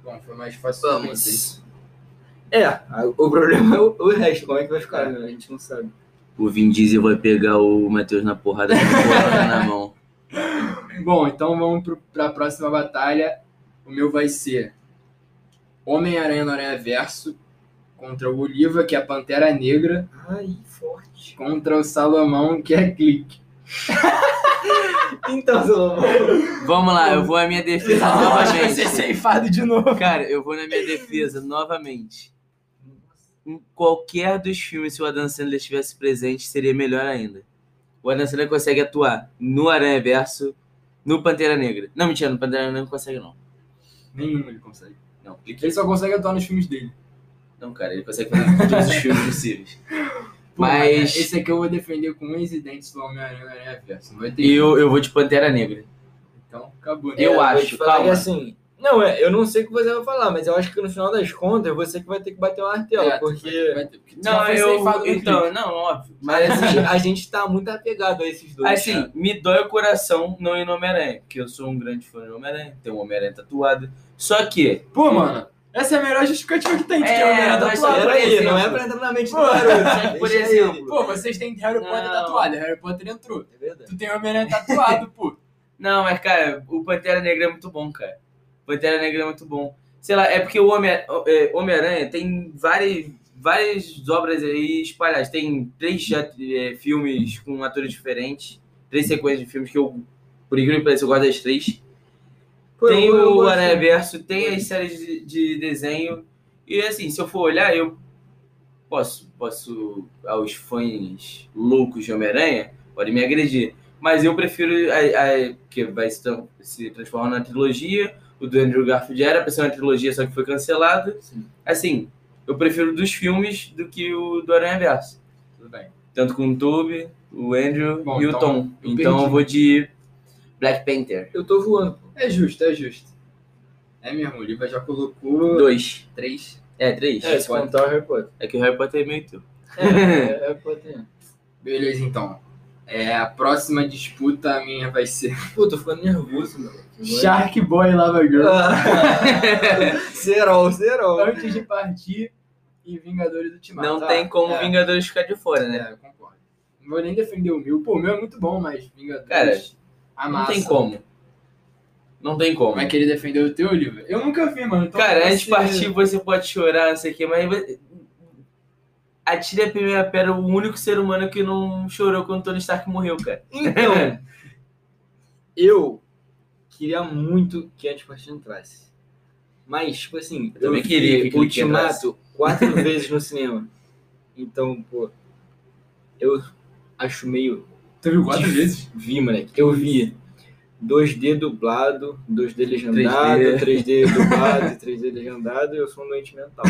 Bom, foi mais fácil pra vocês.
É, a- o problema é o, o resto, como é que vai ficar? né? A gente não sabe.
O Vin Diesel vai pegar o Matheus na porrada com a porrada na mão.
Bom, então vamos pro, pra próxima batalha. O meu vai ser Homem-Aranha no Aranha Verso contra o Oliva, que é a Pantera Negra,
Ai, forte.
contra o Salomão, que é Clique.
Então, Salomão.
Vamos lá, eu vou à minha defesa novamente.
ceifado de novo.
Cara, eu vou na minha defesa novamente. Em qualquer dos filmes, se o Adam Sandler estivesse presente, seria melhor ainda. O Adam Sandler consegue atuar no Aranha Verso, no Pantera Negra. Não, mentira, no Pantera Negra não consegue, não.
Nenhum ele consegue.
Não, clique.
Ele só consegue atuar nos filmes dele.
Não, cara, ele consegue fazer todos os filmes possíveis.
Pô,
Mas
Esse aqui eu vou defender com unhos e dentes do Homem-Aranha no Aranha Verso. Não vai ter.
eu, eu vou de Pantera Negra.
Então, acabou. né?
Eu
vou
acho,
te falar
calma.
que, assim, não, é, eu não sei o que você vai falar, mas eu acho que no final das contas é você que vai ter que bater o martelo,
É,
porque
vai ter, porque então, tu já foi ceifado no clipe.
então, não, óbvio.
mas, assim, a gente tá muito apegado a esses dois.
Assim, me dói o coração não ir no Homem-Aranha, porque eu sou um grande fã do Homem-Aranha, tenho o Homem-Aranha tatuado. Só que
Pô, mano, Essa é a melhor justificativa que tem. de que
É,
o Homem-Aranha
mas
tatuado.
por
Pera aí,
exemplo.
não é pra entrar na mente do
Pô,
garoto.
por
deixa
exemplo.
ele.
Pô, vocês têm Harry Potter
Não.
tatuado. Harry Potter entrou.
É verdade.
Tu tem o Homem-Aranha tatuado, pô.
Não, mas, cara, o Pantera Negra é muito bom, cara. O Pantera Negra é muito bom. Sei lá, é porque o Homem- é, Homem-Aranha tem várias, várias obras aí espalhadas. Tem três é, filmes com atores diferentes. Três sequências de filmes que eu, por incrível que pareça, eu gosto das três.
Pô,
tem
eu- eu
o
gosto-
Aranha Verso, tem as séries de, de desenho. E assim, se eu for olhar, eu posso, posso aos fãs loucos de Homem-Aranha, podem me agredir. Mas eu prefiro a, a- que vai se, tran- se transformar na trilogia. O do Andrew Garfield era pra ser uma trilogia, só que foi cancelado.
Sim.
Assim, eu prefiro dos filmes do que o do Aranha Verso.
Tudo bem.
Tanto com o Tube, o Andrew
Bom,
e o
então,
Tom.
eu
então eu
perdi.
vou de Black Panther.
Eu tô voando. pô.
É justo, é justo. É mesmo, o Liva já colocou
Dois.
três.
É, três.
É, se contar o Harry Potter.
É que o Harry Potter é meio teu.
É, é, Harry Potter.
Beleza, então. É, a próxima disputa minha vai ser
Pô, tô ficando nervoso, mano.
Shark Boy e Lava Girl.
Ah, Zerol, zerol.
Antes de partir e Vingadores Ultimato. Ah,
Não
tá,
tem como
é.
Vingadores ficar de fora, né?
É, eu concordo. Não vou nem defender o meu. Pô, o meu é muito bom, mas
Cara,
Vingadores.
É,
a
Não
massa. é
tem como. Não tem como.
Vai querer defender o teu livro? Eu nunca vi, mano. então
Cara,
vai
antes de
ser-
partir você pode chorar, não sei o quê, mas você- atire a primeira pedra, o único ser humano que não chorou quando Tony Stark morreu, cara.
Então, eu queria muito que a Antipartida entrasse. Mas, tipo assim, eu,
também
vi
queria que ele
Ultimato quatro vezes no cinema. Então, pô, eu acho meio.
Tu viu quatro
difícil.
vezes?
Vi, moleque. Eu vi 2D dublado, 2D legendado,
3D.
3D dublado, e 3D legendado. Eu sou um doente mental.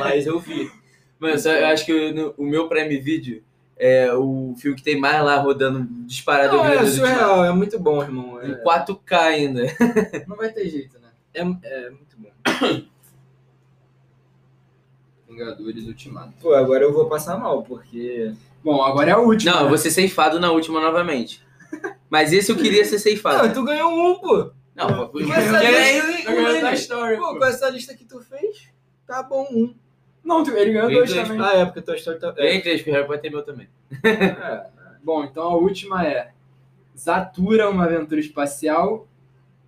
Mas eu vi.
Mano, só- eu acho que eu- no- o meu Prime Video é o filme que tem mais lá rodando disparado.
Não, é
Vingadores Ultimato.
surreal, é muito bom, irmão.
Em
É,
4K ainda.
Não vai ter jeito, né?
é- é muito bom.
Vingadores Ultimato.
Pô, agora eu vou passar mal, porque.
Bom, agora é a última.
Não, eu
né?
vou ser ceifado na última novamente. Mas esse eu queria ser ceifado.
tu ganhou um, pô!
Não,
Com
Mas
essa
aí-
ganhei um
lista,
Eu ganhei Toy Story,
pô,
pô.
com essa lista que tu fez, tá bom um.
Não, tu- ele ganhou
Ganhei
dois
dois.
também.
Ah, é, porque tua história tá. É.
ganhei três, porque o Harry Potter é meu também.
é.
Bom, então a última é Zatura, uma aventura espacial.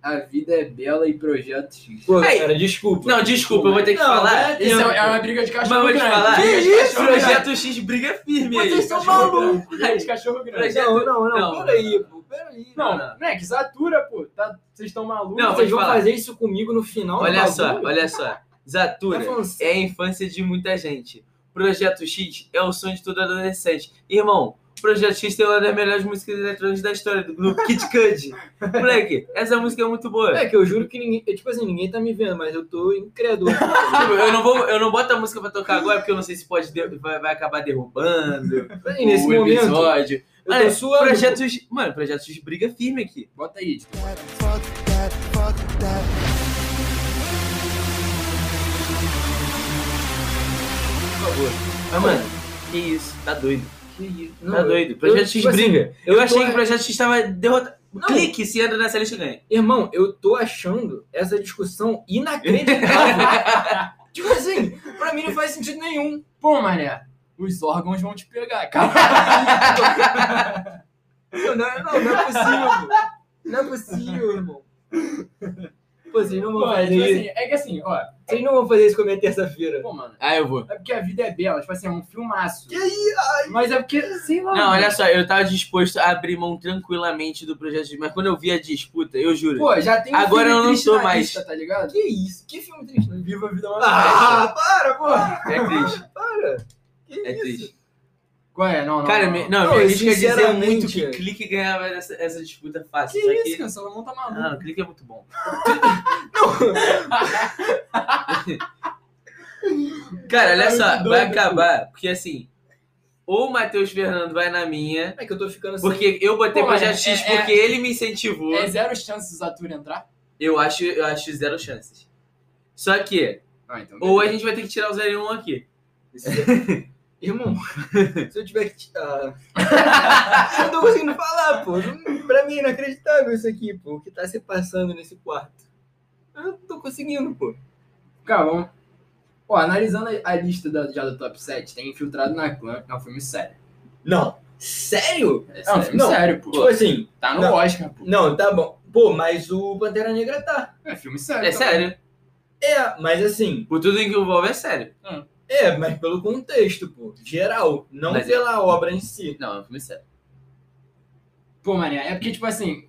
A vida é bela e projeto X.
Pô,
Aí.
cara, desculpa.
Não, desculpa, eu vou ter que
Não,
falar.
é tempo.
uma briga de
um- Mas eu vou te falar. é Projeto X briga firme aí.
Vocês são
Cachorro grande.
malucos, briga de cachorro grande.
Projeto-
Não, não, não,
Não,
peraí, pô, peraí.
Não, moleque, Zatura, pô. tá- Vocês estão malucos.
Não,
vocês vão
vou te falar.
fazer isso comigo no final? do
Olha só,
bagulho?
olha só.
Tá
Zatura
falando sério?
é a infância de muita gente. Projeto X é o sonho de todo adolescente. Irmão, Projeto X tem uma das melhores músicas eletrônicas da história, do grupo Kid Cudi. Moleque, essa música é muito boa.
É que eu juro que ninguém. eu, Tipo assim, ninguém tá me vendo, mas eu tô incrédulo.
Tipo, eu não, vou, eu não boto a música pra tocar agora, porque eu não sei se pode der- vai, vai acabar derrubando
Peraí, nesse
o
momento.
episódio.
Eu
Olha,
tô suando.
Projeto X. Mano, Projeto X briga firme aqui.
Bota aí. Edson.
Fuck that, fuck that.
Por favor. Mas, mano, que isso? Tá doido.
Que isso? Não,
Tá
eu-
doido. Projeto
eu,
X
tipo assim,
briga. eu
eu tô-
achei que o Projeto X tava derrotado.
Não.
Clique, se entra nessa lista ganha.
Irmão, eu tô achando essa discussão inacreditável. tipo assim, pra mim não faz sentido nenhum.
Pô, mané, os órgãos vão te pegar, cara.
Não, não, não, não é possível. pô. Não é possível, irmão. Pô, vocês não vão
Pô,
fazer
tipo
isso.
assim, é que assim, ó.
Vocês não vão fazer isso com a minha terça-feira.
Pô, mano,
Ah, eu vou.
é porque a vida é bela. Tipo assim, é um filmaço.
Que aí?
Mas é porque, sei lá.
Não,
mano.
olha só, eu tava disposto a abrir mão tranquilamente do Projeto X, mas quando eu vi a disputa, eu juro.
Pô, já tem um
Agora
filme
eu não
triste
sou
na
mais.
lista, tá ligado?
Que isso? Que filme triste. né?
Viva a vida mais
Ah, para, pô.
É triste,
Que
é
isso?
triste.
Qual é? Não, não.
Cara,
não,
me-
não.
não,
Não,
me
eu
arrisco a dizer
sinceramente-
muito que clique ganhava essa, essa disputa fácil.
Que
só
isso,
que-
cara? O Salomão tá maluco.
Ah, o clique é muito bom. Cara, olha só, vai acabar, porque assim, ou o Matheus Fernando vai na minha,
É que eu tô ficando assim.
porque eu botei
Pô,
Projeto
é-
X
é-
porque ele me incentivou,
É zero chances do Zatura entrar?
eu acho, eu acho zero chances. Só que,
Ah, então.
ou a gente vai ter que tirar o 0 e 1 aqui.
Irmão, se eu tiver que te... ah. Eu não tô conseguindo falar, pô. Não- Pra mim é inacreditável isso aqui, pô. O que tá se passando nesse quarto. Eu não tô conseguindo, pô.
Cara, vamos. Pô, analisando a- a lista da, já do top 7, tem Infiltrado na Clã, é um filme sério.
Não. Sério?
É
Não,
um filme
não.
sério, pô.
Tipo assim,
Tá no
não.
Oscar, pô.
não, tá bom. Pô, mas o Pantera Negra tá.
É filme sério.
É
tá?
sério.
É, mas assim,
Por tudo que envolve, é sério.
é, mas pelo contexto, pô. Geral. Não
Mas é-
pela obra em si.
Não, é um filme sério.
Pô, Maria, é porque, tipo assim.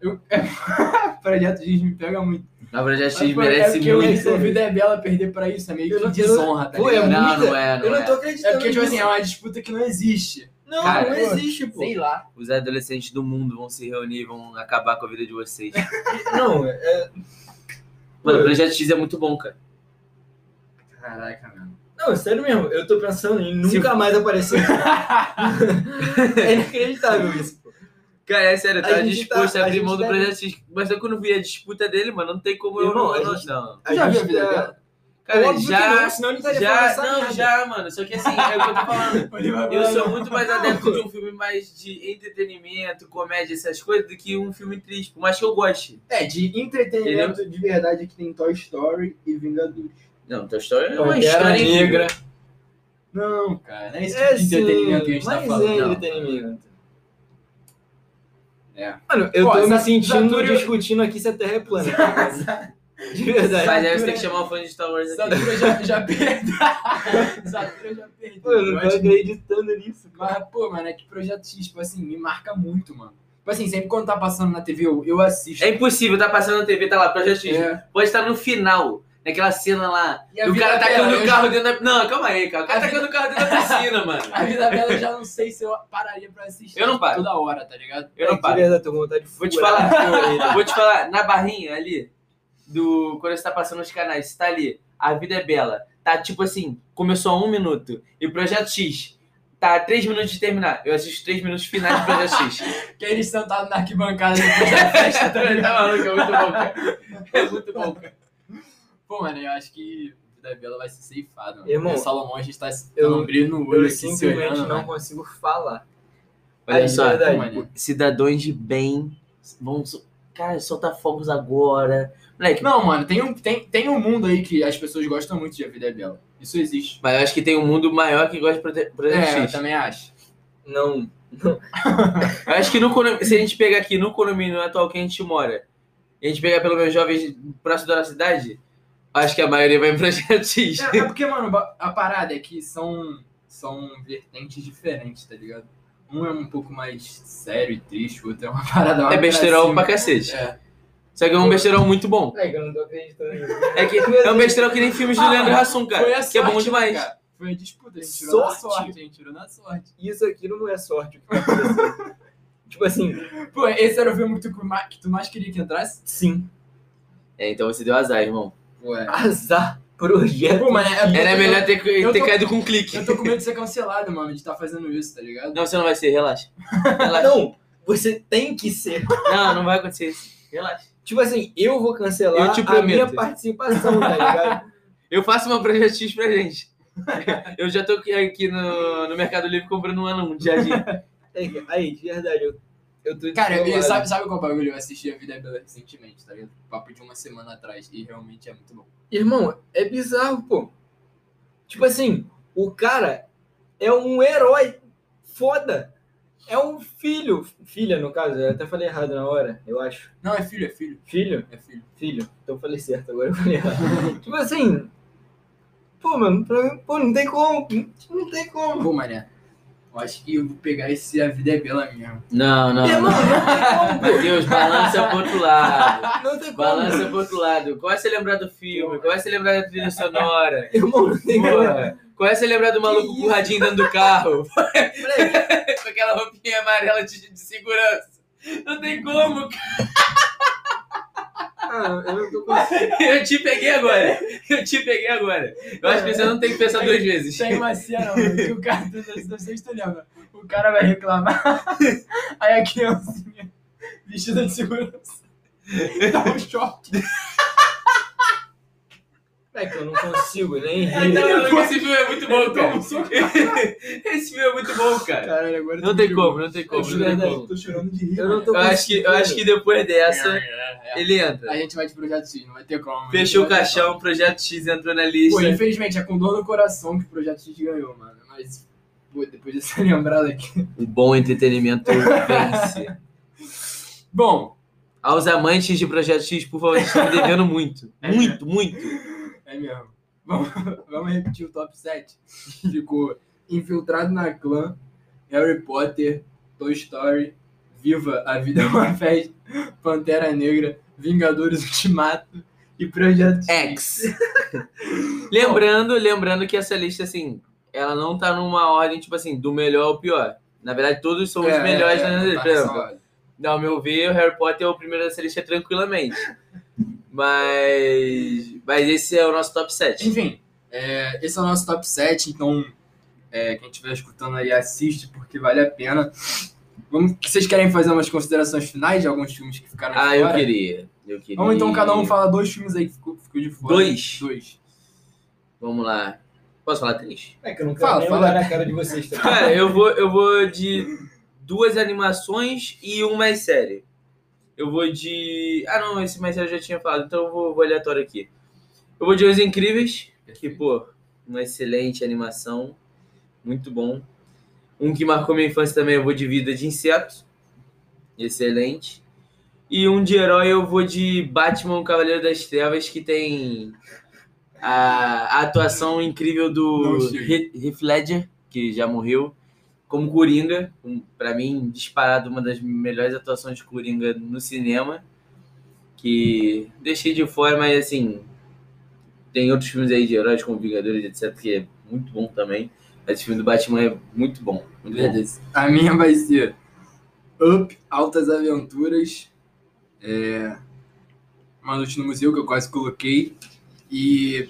Eu... Projeto X me pega muito.
Na verdade,
Mas,
X
pô, é
merece
porque eu
muito.
o vida é bela perder pra isso, é meio
Eu
que
não-
desonra, tá
Pô, é
ligado?
não,
muita-
não é,
Eu
não
não tô
é.
acreditando.
É porque, tipo
nisso.
assim, é uma disputa que não existe.
Não,
Cara,
não
pô,
existe, pô.
Sei lá.
Os adolescentes do mundo vão se reunir, vão acabar com a vida de vocês.
Não, é,
Mano, o Projeto X é muito bom, cara.
Caraca, mano.
não, é sério mesmo, eu tô pensando em nunca mais aparecer. é inacreditável isso, pô.
Cara, é sério, eu
A
tava
gente tá-
disposto a
a
abrir
gente
mão do
deve-
Projeto X. Mas só quando eu vi a disputa dele, mano, não tem como eu
Irmão,
não.
a
não,
gente-
não.
Tu já viu a vida
tá-
dela?
Cara,
Óbvio que
já.
não, senão ele estaria falando
Já,
essa
não,
merda.
já, mano. Só que assim, é o que eu tô falando. Eu sou muito mais adepto de um filme mais de entretenimento, comédia, essas coisas, do que um filme triste. Por mais que eu goste.
É, de entretenimento de verdade que tem Toy Story e Vingadores.
Não, tua história é uma
Pantera
história
Negra.
negra.
Não, cara, não é esse tipo
É
de entretenimento
sim,
que a gente tá
mas
falando.
é
não.
entretenimento.
É.
Mano, eu
Pô,
tô me
Sa-
sentindo
Satúrio-
discutindo aqui se a Terra é plana. de verdade.
Mas
é
aí você tem que chamar o fã de Star Wars aqui.
Satura já, já perdeu. Satura já perdeu.
Pô, eu não tô
Mas-
acreditando nisso. cara.
Mas, pô, mano, é que Projeto X, tipo assim, me marca muito, mano. Tipo assim, sempre quando tá passando na TV, eu, eu assisto.
É impossível, tá passando na TV, tá lá, Projeto X.
É.
Pode estar no final, naquela cena lá.
E a
do
Vida
cara
Bela,
tacando
eu
o
já-
carro dentro da. Não, calma aí, cara. O cara
A
tacando o carro dentro da piscina, mano.
A vida dela eu já não sei se eu pararia pra assistir.
Eu não paro.
Toda hora, tá ligado?
Eu não
de
paro.
verdade, tô com vontade de
Vou te
furar
falar.
a orelha.
Vou te falar, na barrinha ali, do quando você tá passando os canais, você tá ali, a vida é bela. Tá tipo assim, começou a um minuto. E o Projeto X. Tá a três minutos de terminar. Eu assisto três minutos finais do Projeto X.
Que eles sentados na arquibancada depois da festa, tá ligado?
tá maluco? É muito bom, cara. É muito bom, cara.
Pô, mano, eu acho que Vida Bela vai ser ceifada, mano.
Irmão,
o Salomão, a gente tá dando
eu-
um brilho no olho
Eu né?
aqui, se
simplesmente
olhando, né?
não
mano.
consigo falar.
Olha
Aí,
É
só,
de verdade,
mano.
cidadãos de bem vão. so- Cara, soltar fogos agora. Moleque,
Não, mano, tem um, tem, tem um mundo aí que as pessoas gostam muito de A Vida é Bela. Isso existe.
Mas eu acho que tem um mundo maior que gosta de prote- Projeto
É, eu
X.
também acho.
Não.
Eu acho que no condomínio, se a gente pegar aqui no condomínio atual que a gente mora, e a gente pegar pelo menos jovens próximo da nossa cidade, acho que a maioria vai em Projeto X.
É, é porque, mano, ba- a parada é que são, são vertentes diferentes, tá ligado? Um é um pouco mais sério e triste, o outro é uma parada mais
É besteirão
pra
pra cacete.
cima. É.
Só que é um besteirão muito bom.
É que eu não tô acreditando nisso.
É, que é um besteirão que nem filmes do
assim. Ah,
Leandro Hassum, cara.
Foi a
que é bom
sorte,
demais.
cara. Foi a disputa, a gente tirou na
Sorte?
sorte, a gente tirou na sorte.
Isso aqui não é sorte. o que tá acontecendo. tipo assim,
Pô, esse era o filme que tu, ma- que tu mais queria que entrasse?
sim.
É, então você deu azar, irmão.
Pô, é.
Azar. Projeto.
Pô, mano, é porque
Era
eu-
melhor ter, ter
eu tô-
caído com um clique.
Eu tô com medo de ser cancelado, mano, de estar fazendo isso, tá ligado?
Não, você não vai ser, relaxa. Relaxa.
Não, você tem que ser.
não, não vai acontecer isso. Relaxa.
Tipo assim, eu vou cancelar
Eu te
a
prometo.
minha participação, tá ligado?
Eu faço uma Projeto X pra gente. Eu já tô aqui no, no Mercado Livre comprando um ano, um dia
É que- Aí, de verdade, eu, eu tô
Cara, eu- eu-
desolado.
sabe, sabe qual é bagulho? Eu assisti A Vida é Bela recentemente, tá ligado? Papo de uma semana atrás, e realmente é muito bom.
Irmão, é bizarro, pô. Tipo assim, o cara é um herói foda. É um filho. Filha, no caso, eu até falei errado na hora, eu acho.
Não, é filho, é filho,
Filho?
é filho.
Filho. Então eu falei certo, agora eu falei errado. tipo assim. Pô, mano, pra mim, pô, não tem como. Não tem como.
Pô, mané, eu acho que eu vou pegar esse A Vida é Bela mesmo.
Não, não.
Irmão,
não.
não tem como,
Meu Deus, balança pro outro lado.
pô. Não tem como.
Balança pro outro lado. Qual é você lembrar do filme? Qual é você lembrar da trilha sonora?
Irmão, não tem como.
Porra. Qual é você lembrar do maluco
Que
com o radinho dentro do carro?
Moleque,
Com aquela roupinha amarela de, de segurança. Não tem como, cara.
Ah, eu não tô conseguindo.
Eu te peguei agora. Eu te peguei agora. Eu acho que você não tem que pensar duas vezes.
Tem uma cena, mano, que o cara, não sei se tu lembra, né, o cara vai reclamar, aí é a criancinha, Tá vestida de segurança, dá um choque.
É que eu não consigo nem rir.
Não, Esse filme é muito bom, cara. Esse filme é muito bom, cara.
Caralho, agora
Não tem como, não tem como,
Eu
não tem como.
tô chorando de rir.
Eu não tô
Eu acho que, eu acho que depois dessa,
É, é.
ele entra.
A gente vai de Projeto X, não vai ter como.
Fechou o
Não vai ter como.
caixão, Projeto X entrou na
Pô,
lista.
infelizmente, é com dor no coração que o Projeto X ganhou, mano. Mas, pô, depois de ser lembrado aqui.
O bom entretenimento vence.
Bom,
Aos amantes de Projeto X, por favor, estão me devendo muito. Muito, muito.
é mesmo. Vamos, vamos repetir o top 7. Ficou Infiltrado na Clã, Harry Potter, Toy Story, Viva a Vida é uma Festa, Pantera Negra, Vingadores Ultimato e Projeto X.
X. lembrando, lembrando que essa lista, assim, ela não tá numa ordem, tipo assim, do melhor ao pior. Na verdade, todos são os
É,
melhores né,
é,
na
é,
lista.
tá
Por exemplo,
nessa ordem.
Não, ao meu ver, o Harry Potter é o primeiro dessa lista tranquilamente. Mas. Mas esse é o nosso top 7.
Enfim, é, esse é o nosso top 7, então é, quem estiver escutando aí assiste, porque vale a pena. Vamos, vocês querem fazer umas considerações finais de alguns filmes que ficaram de
Ah, eu
fora?
queria. Eu queria.
Vamos então cada um fala dois filmes aí que ficou, ficou de fora.
Dois?
Dois.
Vamos lá. Posso falar três?
É que eu não quero
Fala,
nem
fala.
olhar na cara de vocês também.
Cara, eu vou, eu vou de duas animações e um mais série. Eu vou de. Ah, não, esse mais série eu já tinha falado, então eu vou, vou aleatório aqui. Eu vou de Os Incríveis, que, pô, uma excelente animação, muito bom. Um que marcou minha infância também, eu vou de Vida de Inseto, excelente. E um de herói, eu vou de Batman, o Cavaleiro das Trevas, que tem a, a atuação incrível do
Não chega.
Heath Heath Ledger, que já morreu, como Coringa, um, para mim, disparado uma das melhores atuações de Coringa no cinema, que deixei de fora, mas assim, tem outros filmes aí de heróis como Vingadores, etc., que é muito bom também. Mas esse filme do Batman é muito bom. Muito bom.
Beleza. A minha vai ser Up, Altas Aventuras, é, Uma Noite no Museu, que eu quase coloquei, e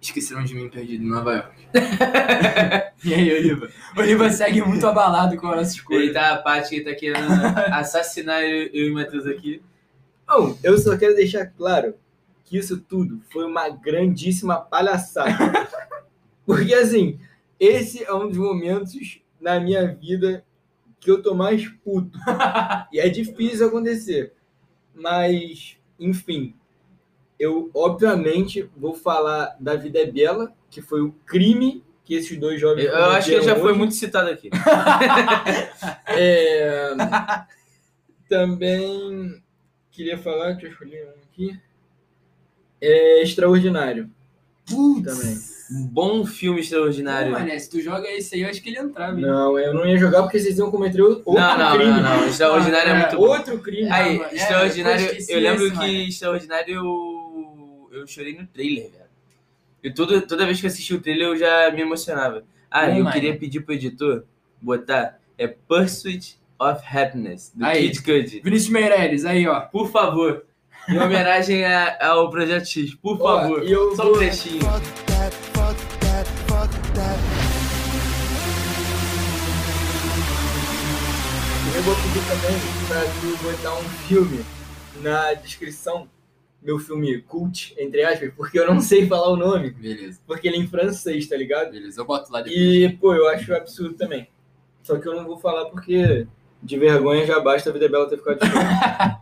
Esqueceram de mim perdido em Nova York. e aí, Oliva? Oliva segue muito abalado com a nossa escolha.
Ele tá a parte que ele tá querendo assassinar eu, eu e o Matheus aqui.
Bom, eu só quero deixar claro que isso tudo foi uma grandíssima palhaçada. Porque, assim, esse é um dos momentos na minha vida que eu tô mais puto. E é difícil acontecer. Mas, enfim, eu obviamente vou falar da Vida é Bela, que foi o crime que esses dois jovens
Eu, eu acho que ele já
cometeram
foi
hoje.
muito citado aqui.
É, também queria falar, deixa eu escolher um aqui. É extraordinário também.
Um bom filme
Pô,
extraordinário. Não,
Mané, se tu joga esse aí, eu acho que ele entrava. hein?
Não, eu não ia jogar porque vocês iam cometer outro
não, não,
crime.
não, Extraordinário é
Ah,
muito bom.
Outro crime.
Ah,
Aí,
mano, é,
Extraordinário.
eu esqueci
Eu lembro
esse,
que
mano.
Extraordinário eu, eu chorei no trailer, velho. E todo, toda vez que eu assisti o trailer eu já me emocionava. Ah,
Não,
eu
mano.
queria pedir pro editor botar é Pursuit of Happiness, do
Aí.
Kid Cudi.
Vinícius Meirelles, aí, ó.
Por favor. Em homenagem a- ao Projeto X, por
Ó,
favor.
e eu
Só um
vou-
trechinho.
Fuck that, fuck that, fuck that.
Eu vou pedir também pra tu botar um filme na descrição. Meu filme cult, entre aspas, porque eu não sei falar o nome.
Beleza,
Porque ele é em francês, tá ligado?
beleza. Eu boto lá depois.
E, pô, eu acho absurdo também. Só que eu não vou falar porque de vergonha já basta a vida bela ter ficado de fora.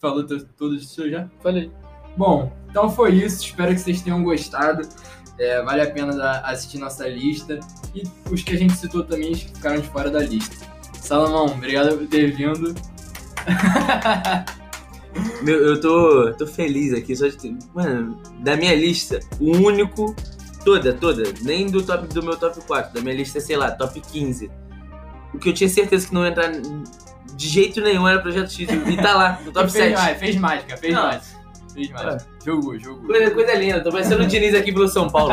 Falou to- tudo isso já?
Falei.
Bom, então foi isso. Espero que vocês tenham gostado. É, vale a pena da- assistir nossa lista. E os que a gente citou também, os que ficaram de fora da lista. Salomão, obrigado por ter vindo.
Meu, eu tô, tô feliz aqui, só de ter. Mano, da minha lista, o único. Toda, toda. Nem do top do meu top 4. Da minha lista, sei lá, top 15. O que eu tinha certeza que não ia entrar de jeito nenhum era Projeto X. E tá lá, no
É
top
E fez,
7.
mais, fez mágica, fez
Não. É.
mágica. Fez mágica. Jogou, jogou.
Coisa, coisa linda, tô parecendo o Diniz aqui pelo São Paulo.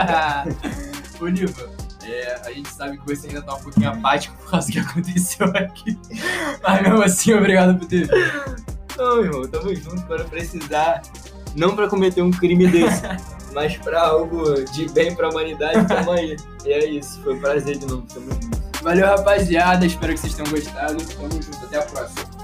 Oliva, é, a gente sabe que você ainda tá um pouquinho apático por causa do que aconteceu aqui. Mas mesmo assim, obrigado por ter vindo.
Não, irmão, tamo junto para precisar. Não pra cometer um crime desse, mas pra algo de bem pra humanidade, tamo aí. E é isso, foi um prazer de novo, tamo junto.
Valeu, rapaziada. Espero que vocês tenham gostado. Tamo junto, até a próxima.